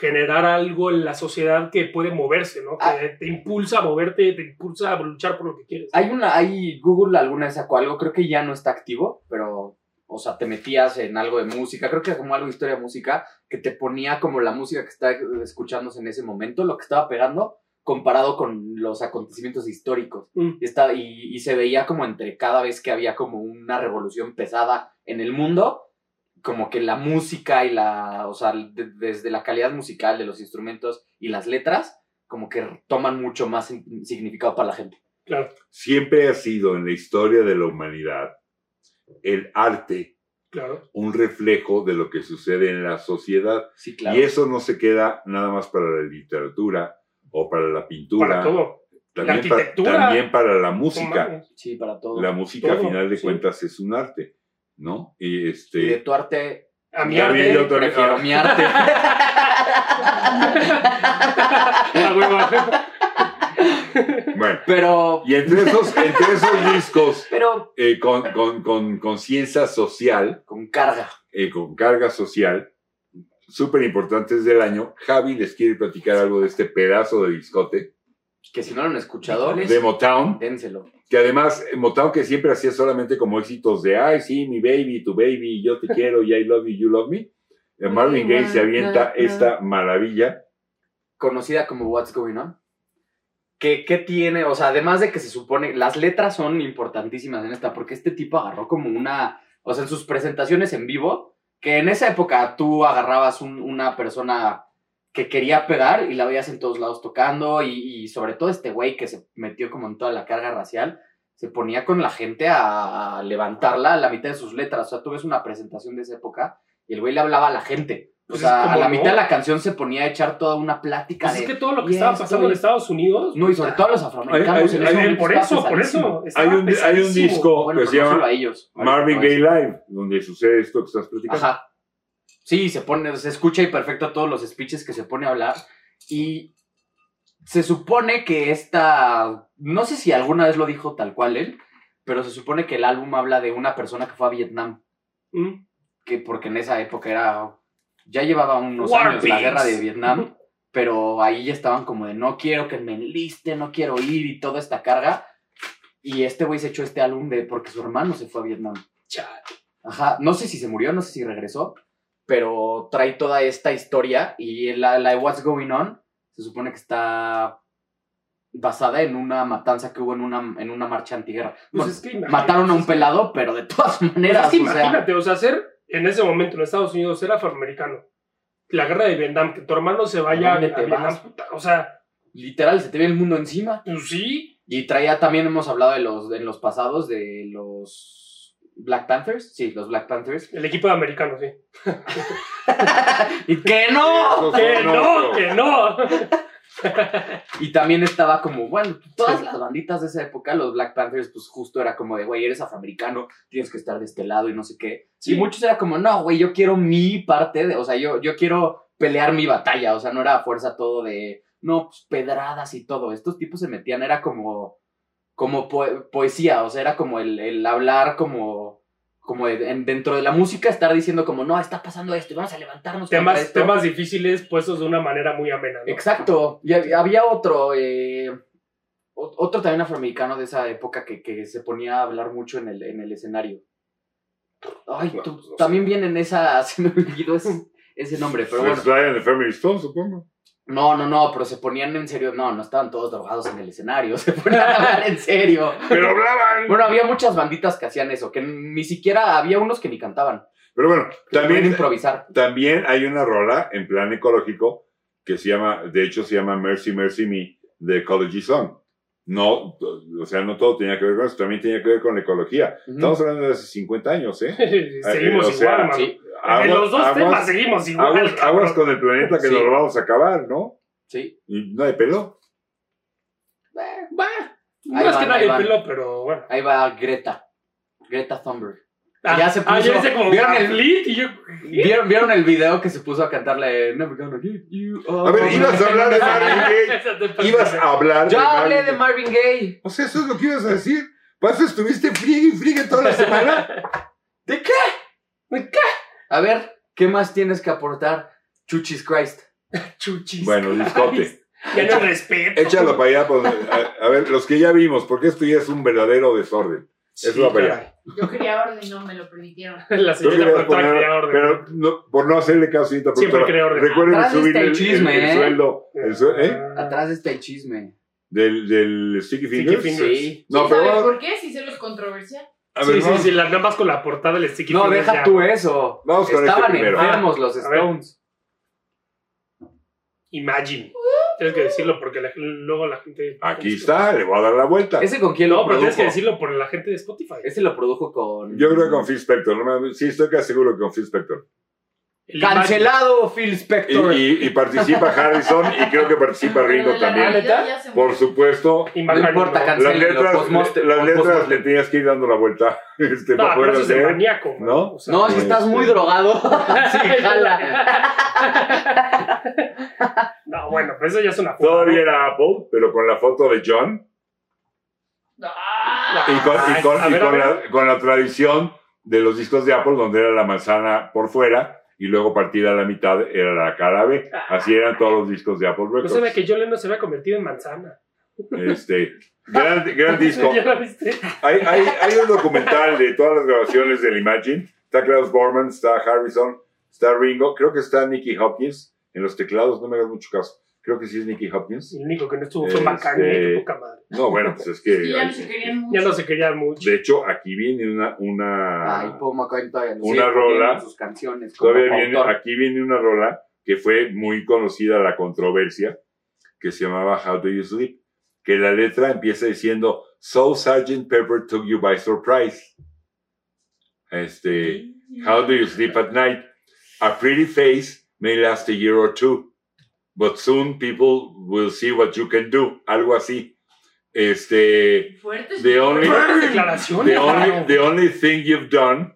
generar algo en la sociedad que puede moverse, ¿no? Que Ah. te impulsa a moverte, te impulsa a luchar por lo que quieres. Hay una, hay Google alguna vez sacó algo, creo que ya no está activo, pero, o sea, te metías en algo de música, creo que como algo de historia de música, que te ponía como la música que estaba escuchándose en ese momento, lo que estaba pegando, comparado con los acontecimientos históricos. Mm. Y, está, y, y se veía como entre cada vez que había como una revolución pesada en el mundo, como que la música y la, o sea, de- desde la calidad musical de los instrumentos y las letras, como que toman mucho más sin- significado para la gente. siempre ha sido en la historia de la humanidad el arte Claro. un reflejo de lo que sucede en la sociedad. Sí, claro. Y eso no se queda nada más para la literatura o para la pintura, Para todo. También, La pa- arquitectura. también para la No música. mames. Sí, para todo. La música, a Todo, final de sí. cuentas, es un arte, ¿no? Y Y de este, tu arte, A mi Ya vi, arte. yo también. prefiero Ah. mi arte. a Ah, huevo. bueno, pero, y entre esos, entre esos discos pero eh, con, con, con conciencia social, con carga. eh, con carga social, súper importantes del año, Javi les quiere platicar algo de este pedazo de discote Que si no lo han escuchado, de Motown. dénselo. Que además, eh, Motown que siempre hacía solamente como éxitos de, ay, sí, mi baby, tu baby, yo te quiero, y I love you, you love me. Eh, Marvin Gaye se avienta esta maravilla. Conocida como What's Going On. ¿Qué, ¿Qué tiene? O sea, además de que se supone, las letras son importantísimas en esta, porque este tipo agarró como una, o sea, en sus presentaciones en vivo, que en esa época tú agarrabas un- una persona que quería pegar y la veías en todos lados tocando y, y sobre todo este güey que se metió como en toda la carga racial, se ponía con la gente a, a levantarla a la mitad de sus letras. O sea, tú ves una presentación de esa época y el güey le hablaba a la gente. O Pues es sea, a como la no. mitad de la canción se ponía a echar toda una plática Pues es de... que todo lo que y estaba esto, pasando en y- Estados Unidos. No, y sobre todo a los Hay- afroamericanos. hay- en hay- ese momento por estaba eso, por pesadísimo. eso. estaba Hay un- hay un pesadísimo. disco- Bueno, que pero pues se no llama solo a ellos. Ahorita Marvin no Gaye es- Live, donde sucede esto que estás platicando. Ajá. Sí, se pone, se escucha y perfecto todos los speeches que se pone a hablar. Y se supone que esta. No sé si alguna vez lo dijo tal cual él, pero se supone que el álbum habla de una persona que fue a Vietnam. Mm. Que porque en esa época era. Ya llevaba unos War años la Pigs. guerra de Vietnam. Pero ahí ya estaban como de no quiero que me enliste, no quiero ir y toda esta carga. Y este güey se echó este álbum de porque su hermano se fue a Vietnam. Chale. Ajá, no sé si se murió, no sé si regresó, pero trae toda esta historia y la, la de What's Going On se supone que está basada en una matanza que hubo en una, en una marcha antiguerra. Pues Bueno, es que imagínate. mataron a un pelado, pero de todas Pues es maneras, que o sea, imagínate, o sea, ser en ese momento en Estados Unidos ser afroamericano. La guerra de Vietnam, que tu hermano se vaya ¿A a, dónde te Vietnam, vas? puta, O sea, literal, se te ve el mundo encima. pues sí. Y traía, también hemos hablado de los, de los pasados, de los Black Panthers, sí, los Black Panthers. El equipo de americanos, sí. ¡Y que no! Esos ¡Que son no! otros. ¡Que no! Y también estaba como, bueno, todas las banditas de esa época, los Black Panthers, pues justo era como de, güey, eres afroamericano, tienes que estar de este lado y no sé qué. Sí. Y muchos era como, no, güey, yo quiero mi parte, de, o sea, yo, yo quiero pelear mi batalla, o sea, no era a fuerza todo de, no, pues pedradas y todo. Estos tipos se metían, era como, como po- poesía, o sea, era como el, el hablar como, como en- dentro de la música, estar diciendo como, no, está pasando esto, y vamos a levantarnos. contra temas, esto". temas difíciles puestos de una manera muy amena. ¿no? Exacto. Y hab- había otro, eh, o- otro también afroamericano de esa época que, que se ponía a hablar mucho en el, en el escenario. Ay, No, tú- pues no también viene en esa, se me olvidó ese, ese nombre, pero bueno. Pues Brian de Family Stone, supongo. No, no, no, pero se ponían en serio, no, no estaban todos drogados en el escenario, se ponían a hablar en serio. Pero hablaban. Bueno, había muchas banditas que hacían eso, que ni siquiera había unos que ni cantaban, Pero bueno, que se ponían a también, improvisar. también hay una rola en plan ecológico que se llama, de hecho se llama Mercy, Mercy Me de Ecology Song. No, o sea, no todo tenía que ver con eso, también tenía que ver con la ecología. Mm. Ujú. Estamos hablando de hace 50 años, ¿eh? seguimos Eh, o igual, sea, mano. Sí, en los dos Aguas- temas seguimos igual. aguas- cabrón. aguas con el planeta que Sí. nos lo vamos a acabar, ¿no? sí. Y no hay pelo. Bah, no Ahí es que van, nadie ahí van. pelo, pero bueno. Ahí va Greta. Greta Thunberg. Ah, Ya se ah, puso- hice como ¿Vieron el- Fleet y yo. ¿Vieron, ¿Vieron el video que se puso a cantarle Never gonna give you up"? A ver, ibas a hablar de Marvin Gaye. Esa te pasa. Ibas a hablar Yo de hablé Marvin de Gaye. Marvin Gaye. O sea, eso es lo que ibas a decir. Para eso estuviste friegue y friegue toda la semana. ¿De qué? ¿De qué? A ver, ¿qué más tienes que aportar? Chuchis Christ. Chuchis. bueno, discote. Ya no respeto. Échalo para allá. pues, a, a ver, los que ya vimos, porque esto ya es un verdadero desorden. Sí, Eso va para allá. caray. Yo quería orden y no me lo permitieron. La Tú señora querías productora poner- quería orden. pero no- por no hacerle caso, señorita Siempre productora, crea orden. recuerden Atrás subir está el el, el- chisme, el ¿eh? sueldo, el sue- ¿eh? Ah. Atrás está el chisme. del, del Sticky Sticky Fingers. Fingers. Sí. No, ¿Sabes pero vamos- por qué? Si se los controversia. a sí, ver, sí, vamos- sí, las ambas con la portada del sticky No, fingers deja ya. Ah, tú eso. Vamos con este Estaban primero. enfermos los A ver. Stones. Imagine. Tienes que decirlo porque la- luego la gente. Aquí está, le voy a dar la vuelta. ¿Ese con quién lo No, pero produjo? tienes que decirlo por la gente de Spotify. Ese lo produjo con... Yo creo que con Phil Spector. no me- sí, estoy casi seguro que con Phil Spector. El Cancelado Phil Y, Spector. y- y participa Harrison y creo que participa Ringo Pero de la también. realidad ya se Por murió. supuesto, Imagine, No importa, no. las cancelenlo. letras, postmoste- las letras postmoste. le tenías que ir dando la vuelta este, No, para pero poder eso es de hacer. maníaco. man. ¿No? O sea, No, si estás muy Este. drogado. sí, jala. No, bueno, pero eso ya es una joda, Todavía ¿no? era Apple, pero con la foto de John Ah, y con, y con- Ay, a y ver, con a ver. la, con la tradición de los discos de Apple, donde era la manzana por fuera y luego partida a la mitad era la cara B. Así eran todos los discos de Apple No sabía Records. Pues que John Lennon Ah. se había convertido en manzana. Este, gran, gran disco. ¿Ya la viste? Hay, hay, hay un documental de todas las grabaciones del Imagine. Está Klaus Borman, está Harrison, está Ringo. Creo que está Nicky Hopkins en los teclados. No me hagas mucho caso. Creo que sí es Nicky Hopkins. El único que no estuvo fue Este- McCartney, qué poca madre. No, bueno, pues es y ya no se que. querían mucho. Ya no se querían mucho. De hecho, aquí viene una. Ay, una Paul McCartney todavía no Ah. Una sigue poniendo rola. Sus canciones. como todavía viene, autor. aquí viene una rola que fue muy conocida la controversia, que se llamaba How Do You Sleep, que la letra empieza diciendo, So Sgt. Pepper took you by surprise. Este, How Do You Sleep at Night? A pretty face may last a year or two, but soon people will see what you can do. Algo así. Este, Fuertes. The only- Fuertes declaraciones. the only, the only thing you've done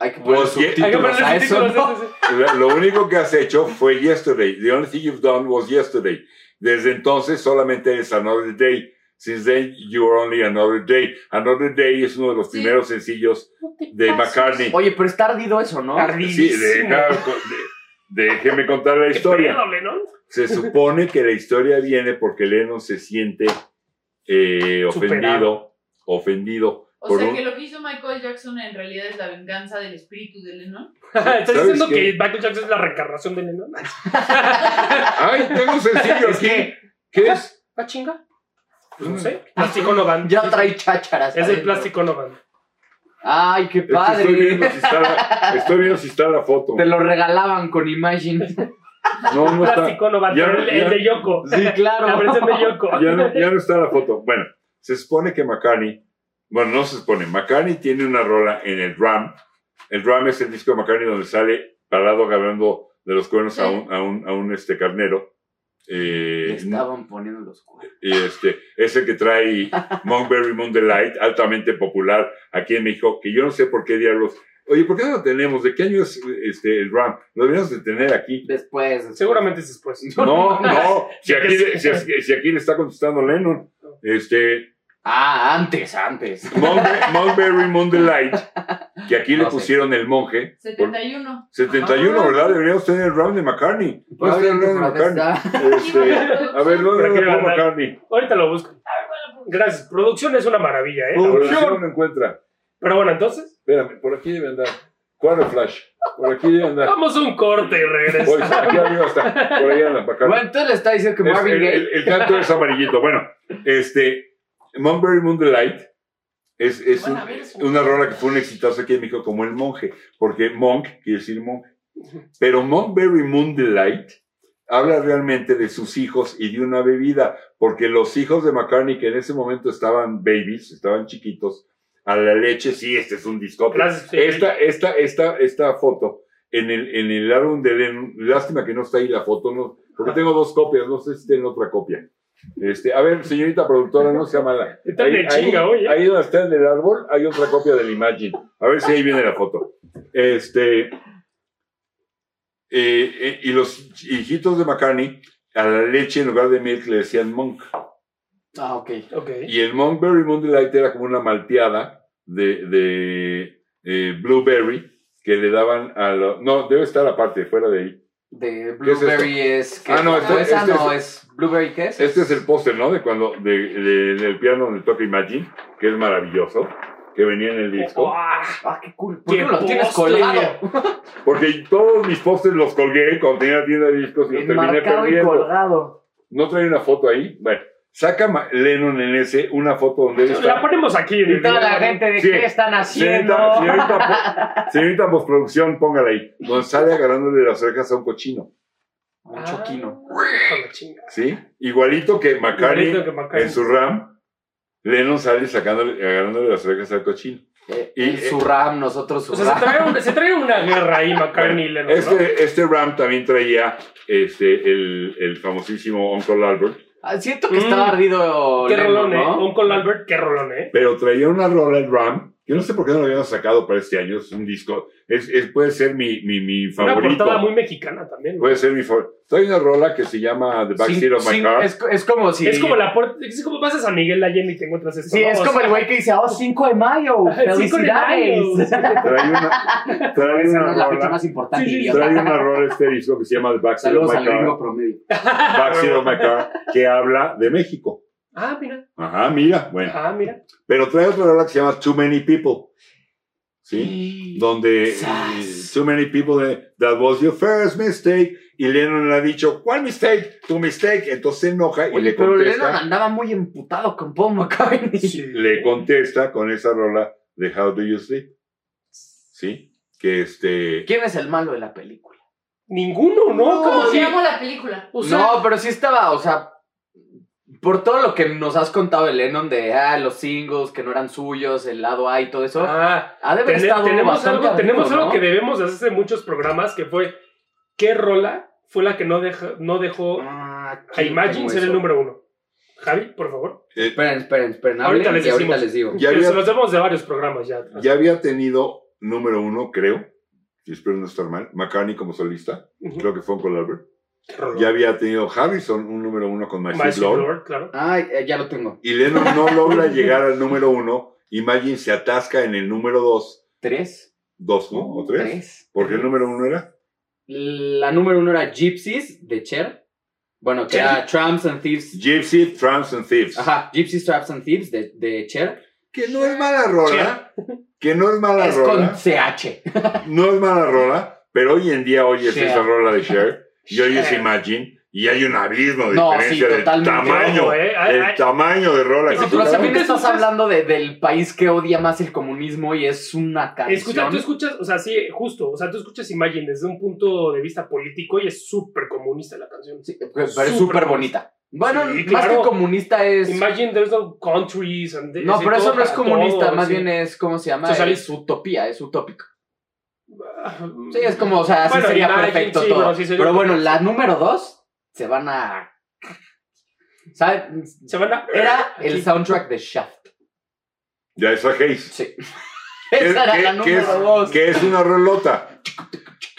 Hay que poner Pues, sí, hay que subtítulos a ponerle eso, subtítulos, ¿no? sí, sí, sí. La- Lo único que has hecho fue yesterday. The only thing you've done was yesterday. Desde entonces solamente eres another day. Since then you are only another day. Another day es uno de los Sí. primeros sencillos de McCartney. Oye, pero está ardido eso, ¿no? Sí, Ardidísimo. deja- de- déjeme contar la Qué historia. pedo, ¿no? Se supone que la historia viene porque Lennon se siente eh, ofendido, Superado. ofendido O por sea un- que lo que hizo Michael Jackson en realidad es la venganza del espíritu de Lennon. ¿Estás ¿Sabes diciendo qué? que Michael Jackson es la reencarnación de Lennon? Ay, tengo un sencillo Es aquí. que- ¿Qué es? ¿Ah, chinga? Pues no sé. Plástico Novan. Mm. Ya trae chácharas. Es el adentro. Plástico Novan. Ay, qué Es que Estoy viendo padre. si está la- estoy viendo si está la foto. Te lo regalaban con Imagine. No, no está. Plástico Novan. Ya- pero el, ya- el de Yoko. Sí, La claro. versión de Yoko. ya, no, ya no está la foto. Bueno, se supone que McCartney, bueno, no se supone, McCartney tiene una rola en el Ram. El Ram es el disco de McCartney donde sale parado agarrando de los cuernos a un, a un, a un, este carnero. Le Eh, estaban poniendo los cuernos. y este, es el que trae Monkberry Moon Delight, altamente popular aquí en México, que yo no sé por qué diablos. Oye, ¿por qué no lo tenemos? ¿De qué año es este, el Ram? Lo deberíamos de tener aquí. Después. después. Seguramente es después. No, no, si aquí, le- si, si aquí le está contestando Lennon. Este, Ah, antes, antes. Mulberry, Mulberry Moon Delight, que aquí le No sé. pusieron el monje. por 71. 71, Ah. ¿verdad? Deberíamos tener el round de McCartney. Vamos a tener el Probablemente round de por acá McCartney. está. Este, a ver, ¿dónde Pero lo qué dejó banda. McCartney? Ahorita lo busco. Gracias. Producción es una maravilla, ¿eh? La Por producción. no encuentra. Pero bueno, entonces, Espérame, por aquí debe andar. Cuadro flash. Por aquí debe andar. vamos a un corte y Oye, regresamos. aquí arriba está. Por allá anda McCartney. Bueno, entonces le está diciendo que Es- Marvin el, Gaye. el- el canto es amarillito. Bueno, este, Mulberry Moon Delight es, es Van a un- ver su- una rola que fue un exitazo aquí en México como el monje, porque monk quiere decir monje. Pero Mulberry Moon Delight habla realmente de sus hijos y de una bebida, porque los hijos de McCartney, que en ese momento estaban babies, estaban chiquitos, a la leche, sí, este es un disco. Gracias, sí. Esta, esta, esta, esta foto en el, en el álbum de Lennon, lástima que no está ahí la foto, no, Ah. porque tengo dos copias, no sé si tienen otra copia. Este, a ver, señorita productora, no sea mala. Está de chinga hoy, ¿eh? ahí donde está en el árbol, hay otra copia del Imagine. A ver si ahí viene la foto. Este, eh, eh, y los hijitos de McCartney, a la leche en lugar de milk le decían monk. Ah, ok. Ok. Y el Monkberry Moon Delight era como una malteada de, de, eh, blueberry que le daban a los... No, debe estar aparte, fuera de ahí. De ¿Qué es Blueberry es. que- Ah, no, este- esa este no es. ¿Blueberry qué es? Este es el póster, ¿no? De cuando, de, de- del piano donde toca Imagine, que es maravilloso, que venía en el disco. Ah, Ah, qué cool. ¿Por ¡Qué qué no lo tienes póster! colgado? Porque todos mis pósters los colgué cuando tenía tienda de discos y los terminé Enmarcado y perdiendo. colgado. ¿No trae una foto ahí? Bueno, saca Ma- Lennon en ese una foto donde él está... La ponemos aquí. en Y el- toda la gente de Sí. qué están haciendo. Señorita, señorita, po- señorita postproducción, póngala ahí. Donde sale agarrándole las orejas a un cochino, Un choquino. Con Ah, la chinga. ¿sí? Igualito que Macari Igualito que Macario. en su RAM, Lennon sale sacándole, agarrándole las orejas al cochino. Eh, Y- el Surram, nosotros O sea, se Surram. trae, un- se trae una guerra ahí, McCartney y Lennon, ¿no? Este, este RAM también traía este, el, el famosísimo Uncle Albert, Ah, Siento que Mm. estaba ardido. Qué Lennon, rolón, ¿eh? ¿no? Uncle Albert, qué rolón, ¿eh? pero traía una rola el RAM. Yo no sé por qué no lo habían sacado para este año, es un disco. Es, es- puede ser mi, mi, mi Una portada favorito. muy mexicana también. ¿no? Puede ser mi favorito. Trae una rola que se llama Sin- The Backseat of My sin- Car. es, es como si. Es como la por- es como pasas a Miguel Allende y te encuentras esto. Sí, ¿no? es O como sea, el güey que dice, oh, 5 de mayo, Cinco de felicidades. mayo. Trae una, trae Esa una no es la rola. fecha más importante, Sí, sí, idiota. trae un error este disco que se llama The Backseat Saludos of My al gringo Car, promedio. Backseat of My Car, que habla de México. Ah, mira. Ajá, mira, bueno. Ah, mira. Pero trae otra rola que se llama Too Many People, ¿sí? Donde eh, Sas. Too Many People, eh, that was your first mistake. Y Lennon le ha dicho, ¿cuál mistake? Tu mistake. Entonces se enoja y Oye, le pero Lennon contesta, andaba muy emputado con Paul McCartney. le contesta con esa rola de How Do You Sleep, ¿sí? Que este... ¿Quién es el malo de la película? Ninguno, ¿no? ¿Cómo Como se si- llama la película? Pues, o sea, no, pero sí estaba, o sea, por todo lo que nos has contado de Lennon, de ah, los singles que no eran suyos, el lado A y todo eso, ah, ha de haber Tene- estado tenemos bastante algo, tenemos adentro, algo ¿no? que debemos de hacer en muchos programas que fue ¿qué rola fue la que no, deja, no dejó Ah, a aquí Imagine tengo ser el eso. número uno? Javi, por favor. eh, Esperen, esperen, esperen, Ahorita ahorita les les, y ahorita decimos. les digo. Ya Que había- Se los debemos de varios programas ya. Ya había tenido número uno, creo, y espero no estar mal, McCartney como solista, Ujú. creo que fue con Albert. Qué rolón. Ya había tenido Harrison un número uno con My My Sweet Lord. Lord, claro. Ay, eh, ya lo tengo. y Lennon no logra llegar al número uno, Imagine se atasca en el número dos, ¿Tres? dos, ¿no? ¿O tres? Porque el número uno era La número uno era Gypsies de Cher. Bueno, que Cher. era Tramps and Thieves. Gypsy, Tramps and Thieves. Ajá, Gypsies, Tramps and Thieves de, de Cher. Que no es mala rola, que no es mala es rola, con CH. no es mala rola, pero hoy en día oyes Cher. esa rola de Cher y oyes Eh, Cher. Imagine y hay un abismo de No, sí, diferencia del totalmente. tamaño, Ojo, eh, ay, el ay. tamaño de rola No, que Pero Claro. tocan. también estás Entonces- hablando de- del país que odia más el comunismo y es una canción. Escucha, tú escuchas, o sea, sí, justo, o sea, tú escuchas Imagine desde un punto de vista político y es súper comunista la canción. Sí, pero es Súper súper bonita. Bueno, Sí, más claro. que comunista es. Imagine there's no countries and this- no, y pero eso todo no es para comunista, todos, más sí. bien es, ¿cómo se llama? Socialista. Es utopía, es utópico. Ah, Sí, es como, o sea, así Bueno, sería Imagine, perfecto sí, todo. bueno, Pero, sí sería bueno, la número dos se van a. ¿Sabes? Se van a- Ah, Era el Aquí. soundtrack de Shaft. Ya esa Hayes. Sí. que- Esa era que- la que es- número dos. que es una rolota.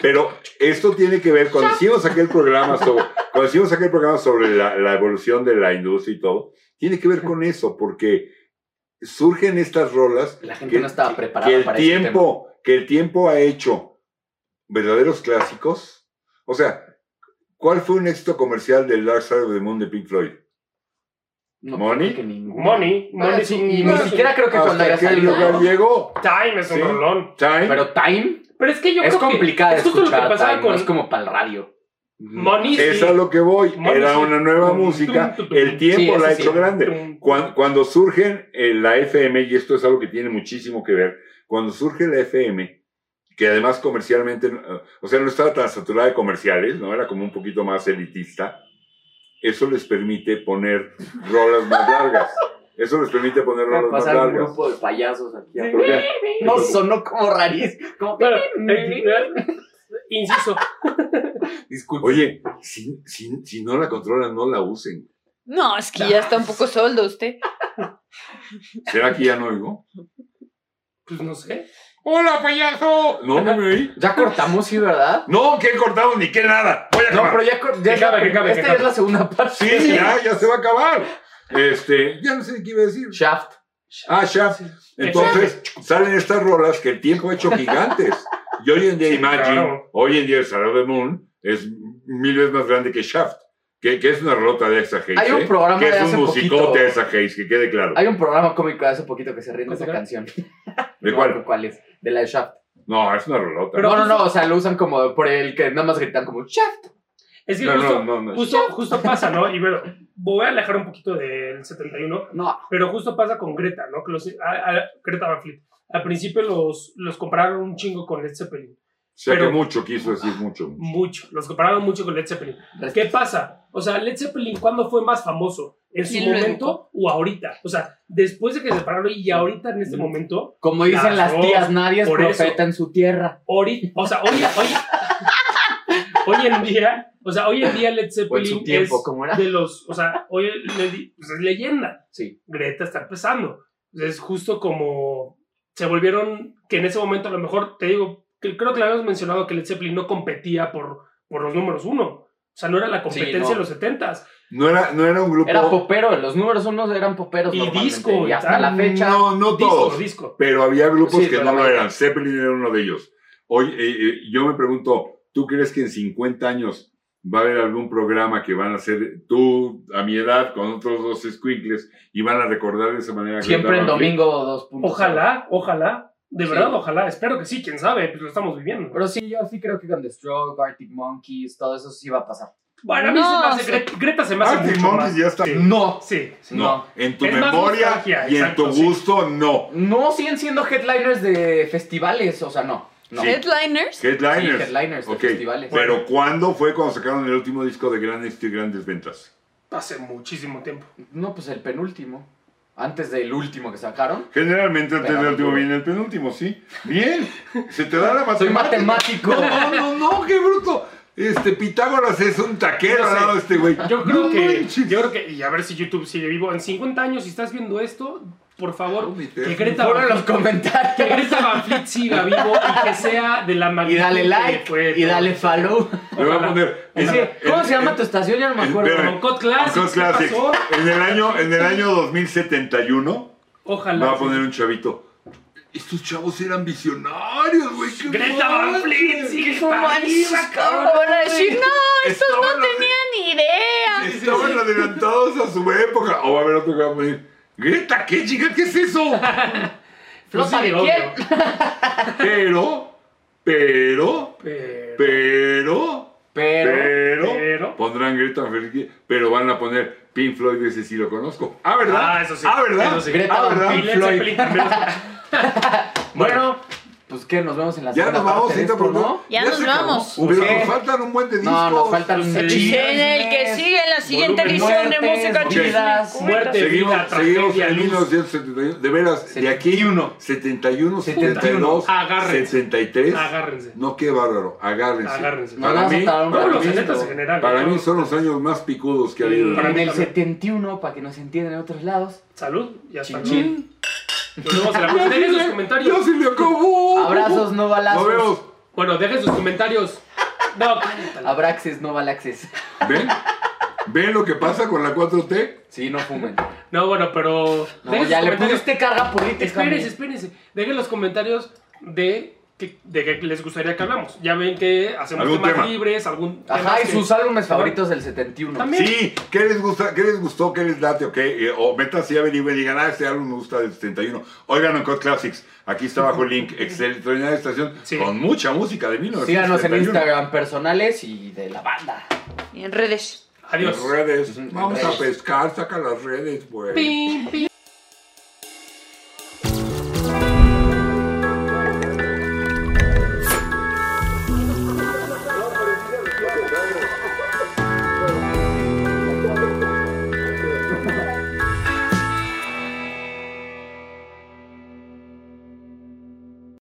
Pero esto tiene que ver, cuando hicimos aquel programa sobre, cuando hicimos aquel programa sobre la, la evolución de la industria y todo, tiene que ver con eso, porque surgen estas rolas La gente que, no estaba que- preparada que el para este tema. tiempo, que el tiempo ha hecho verdaderos clásicos. O sea, ¿cuál fue un éxito comercial del Dark Side of the Moon de Pink Floyd? No, Money. creo que ninguna. Money, Money Ah, es sí, un- y no ni es un- siquiera creo que cuando ¿Hasta haya qué salido. lugar ¿no? llegó? Time es un Sí. rolón. Time. Pero Time Pero es que yo es creo que complicada de es justo lo que escuchar. pasaba Time, con- no es como para el radio. Money sí. Es a lo que voy. Bueno, Era sí. una nueva Tum, música. tum, tum, El tum. tiempo Sí, la ha eso hecho sí. grande. Tum. Cuando, cuando surgen eh, la FM, y esto es algo que tiene muchísimo que ver, cuando surge la FM, que además comercialmente, eh, o sea, no estaba tan saturada de comerciales, ¿no? Era como un poquito más elitista. Eso les permite poner rolas más largas. Eso les permite poner Va a rolas más pasar un largas. grupo de payasos aquí. a- ¿Por qué? No sonó como rarísimo. Como... Bueno, eh, Inciso. Disculpe. Oye, si, si, si no la controlan, no la usen. No, es que ya está un poco soldo usted. ¿Será que ya no oigo? Pues no sé. ¡Hola, payaso! No, no me oí. Ya cortamos, sí, ¿verdad? No, que cortamos ni que nada. Voy a No, acabar. pero ya, cor- ya Que cabe, que cabe, Esta que ya es cabe. la segunda parte. Sí, ya, ya se va a acabar. Este, ya no sé qué iba a decir. Shaft. Ah, Shaft. Entonces, salen estas rolas que el tiempo ha hecho gigantes. Y hoy en día, Sí, Imagine, claro. hoy en día, Sarah the Moon es mil veces más grande que Shaft, que, que es una rolota de esa Hayes. Hay un ¿eh? programa que de es un hace musicote poquito. de esa Hayes, que quede claro. Hay un programa cómico de hace poquito que se ríen de esa ¿Cuál? canción. ¿De No, cuál? ¿Cuál es? De la de Shaft. No, es una rolota. Pero pues no, no, no, justo- o sea, lo usan como por el que nada más gritan como Shaft. Es que no, justo, no, no, no. justo, justo pasa, ¿no? Y bueno, voy a alejar un poquito del 71, No, pero justo pasa con Greta, ¿no? Que los, a- a- Greta Van Fleet. Al principio los, los compararon un chingo con Led Zeppelin. Sé que pero- mucho quiso decir mucho. Mucho. Los compararon mucho con Led Zeppelin. respeto. ¿Qué pasa? O sea, Led Zeppelin, ¿cuándo fue más famoso? ¿En su Sí, luego. momento o ahorita? O sea, después de que se separaron y ahorita en este Mm. momento, Como dicen las Las dos, tías, nadie es por eso. profeta en su tierra. ori, o sea, hoy, hoy, hoy en día, o sea, hoy en día O Led en Zeppelin su tiempo, es ¿cómo era? de los, o sea, hoy le di- pues es leyenda. Sí. Greta está empezando. Es justo como se volvieron, que en ese momento a lo mejor, te digo, que creo que le habíamos mencionado que Led Zeppelin no competía por, por los números uno. O sea, no era la competencia no. de los 70s. No era, no era un grupo. Era popero, los números unos eran poperos. Y normalmente, disco, Y y hasta tal. la fecha. No, no todos. Disco, disco. pero había grupos Sí, que pero no lo había. eran. Zeppelin era uno de ellos. Hoy, eh, eh, yo me pregunto, ¿tú crees que en 50 años va a haber algún programa que van a hacer tú, a mi edad, con otros dos squinkles y van a recordar de esa manera? a Siempre Greta en Van Fleet? domingo dos puntos. Ojalá, ojalá. De Sí. verdad, ojalá. Espero que sí, quién sabe, pues lo estamos viviendo. Pero sí, yo sí creo que con The Stroke, Arctic Monkeys, todo eso sí va a pasar. Para mí se me No, hace sí. Gre- Greta se me hace Arctic mucho Monkeys más. Ah, ya está. Sí. No. Sí, sí. No, No. en tu Es más memoria nostalgia, y en exacto, tu sí. gusto, no. No siguen siendo headliners de festivales, o sea, no. No. Sí. Headliners. Headliners. Sí, headliners de Ok. festivales. Pero ¿cuándo fue cuando sacaron el último disco de gran éxito y grandes ventas? Hace muchísimo tiempo. No, pues el penúltimo. Antes del último que sacaron. Generalmente antes Pero- del último viene el penúltimo, ¿sí? Bien, se te da la Soy matemática. matemático. No, no, no, qué bruto. Este Pitágoras es un taquero No sé. al lado de este güey. Ah, Yo creo No que. manches. Yo creo que. Y a ver si YouTube sigue vivo. En 50 años, si estás viendo esto, por favor, Holy que shit. Greta, Ponlo en Van, los que comentarios. Greta Van Fleet siga vivo y que sea de la Y magnitud. dale que like. fue Y dale follow. Le voy a poner. Es que, en- ¿Cómo en- se llama en- tu estación? Ya no me espérame. acuerdo. Roncot Classics. Roncot ¿qué Classics. pasó? En el año, en el año 2071 Ojalá. va a poner un chavito. Estos chavos eran visionarios, güey. qué Greta Van manches. Fleet pues, sigue No para manches, arriba, ¿cómo cabrón. van a decir? No, estos no Estaban los- tenían ni idea. Estaban adelantados a su época. O va a haber otro que va a poner. Greta, ¿qué chica? ¿Qué es eso? Pues Flota sí, de obvio. quién. Pero, pero, Pero. pero, Pero. pero, pero. pondrán Greta Van Fleet, pero van a poner Pink Floyd, ese sí lo conozco. Ah, ¿verdad? Ah, eso sí. Ah, ¿verdad? Eso sí. Greta Ah, Van ¿verdad? Y Fleet. Led Floyd. Zeppelin también. Bueno, pues que nos vemos en la Ya segunda nos vamos, parte de Cita, esto, por ¿no? Ya se nos acabó. vamos. Pero ¿Qué? nos faltan un buen de discos. No, nos faltan Pues, eh, Y chismes, en el que sigue, en la siguiente Volumen edición de muertes, Música ok. Chida. Muerte. Seguimos, Vida, seguimos tragedia, en luz. 1971. De veras, de aquí 71. 71, 71, 72, agárrense. 73. Agárrense. No, qué bárbaro. Agárrense. Agárrense. No, Para no, mí, no, no, no, para Todos los mí- setentas en general. para ¿no? mí son los años más picudos que ha habido. Pero en el También. 71, para que nos entiendan en otros lados. Salud y hasta Chin, luego. Nos vemos en la próxima. Dejen sus comentarios. se le acabó. Abrazos, no balazos. Nos vemos. Bueno, dejen sus comentarios. No, cállate. Abraxes, no balaxes. ¿Ven? ¿Ven lo que pasa con la 4T? Sí, no fumen. No, bueno, pero. No, dejen sus ya le comentarios. pusiste carga política. Espérense, amigo. espérense. Dejen los comentarios de que, de que les gustaría que hablamos. Ya ven que hacemos ¿Algún temas tema? libres, algún. Ajá, temas y que- sus álbumes favoritos del 71. También. Sí, ¿qué les gusta? ¿Qué les gustó? ¿Qué les late? ¿O qué? Eh, o metas y averigüen y digan, ah, este álbum me gusta del 71. Oigan, Uncut Classics. Aquí está abajo el link. Extraordinaria estación Sí. con mucha música de 1971. Síganos en Instagram personales y de la banda. Y en redes. Las Adiós. redes. Ujú, Vamos redes. a pescar, saca las redes, pues. güey. Pim, pim.